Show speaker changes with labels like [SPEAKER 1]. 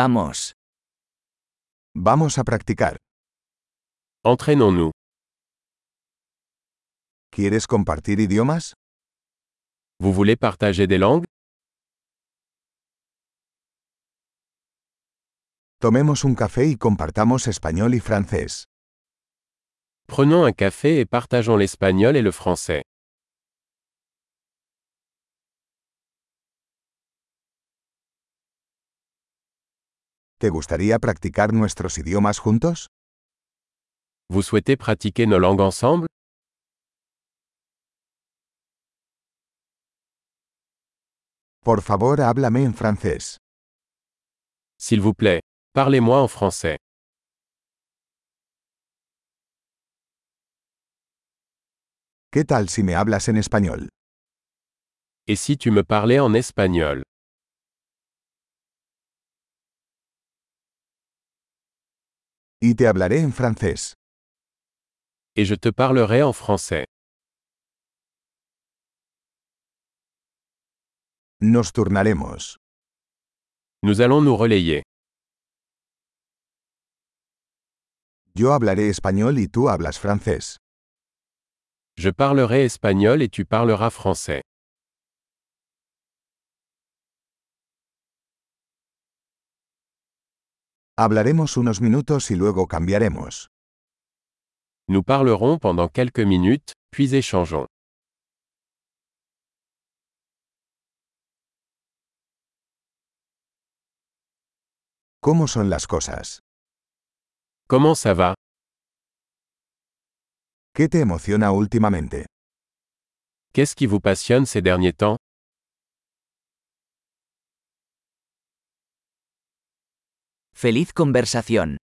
[SPEAKER 1] Vamos.
[SPEAKER 2] Vamos a practicar.
[SPEAKER 3] Entraînons-nous.
[SPEAKER 2] ¿Quieres compartir idiomas?
[SPEAKER 3] Vous voulez partager des langues
[SPEAKER 2] Tomemos un café y compartamos español y francés.
[SPEAKER 3] Prenons un café et partageons l'espagnol et le français.
[SPEAKER 2] ¿Te gustaría practicar nuestros idiomas juntos?
[SPEAKER 3] Vous souhaitez pratiquer nos langues ensemble
[SPEAKER 2] Por favor, háblame en francés.
[SPEAKER 3] S'il vous plaît, parlez-moi en français.
[SPEAKER 2] ¿Qué tal si me hablas en español?
[SPEAKER 3] Et si tu me parlais en espagnol
[SPEAKER 2] Y te hablaré en francés.
[SPEAKER 3] Et je te parlerai en français.
[SPEAKER 2] Nos turnaremos.
[SPEAKER 3] Nous allons nous relayer.
[SPEAKER 2] Yo hablaré español y tú hablas francés.
[SPEAKER 3] Je parlerai espagnol et tu parleras français.
[SPEAKER 2] Hablaremos unos minutos y luego cambiaremos.
[SPEAKER 3] Nous parlerons pendant quelques minutes, puis échangeons.
[SPEAKER 2] ¿Cómo son las cosas?
[SPEAKER 3] Comment ça va
[SPEAKER 2] ¿Qué te emociona últimamente?
[SPEAKER 3] Qu'est-ce qui vous passionne ces derniers temps
[SPEAKER 1] Feliz conversación.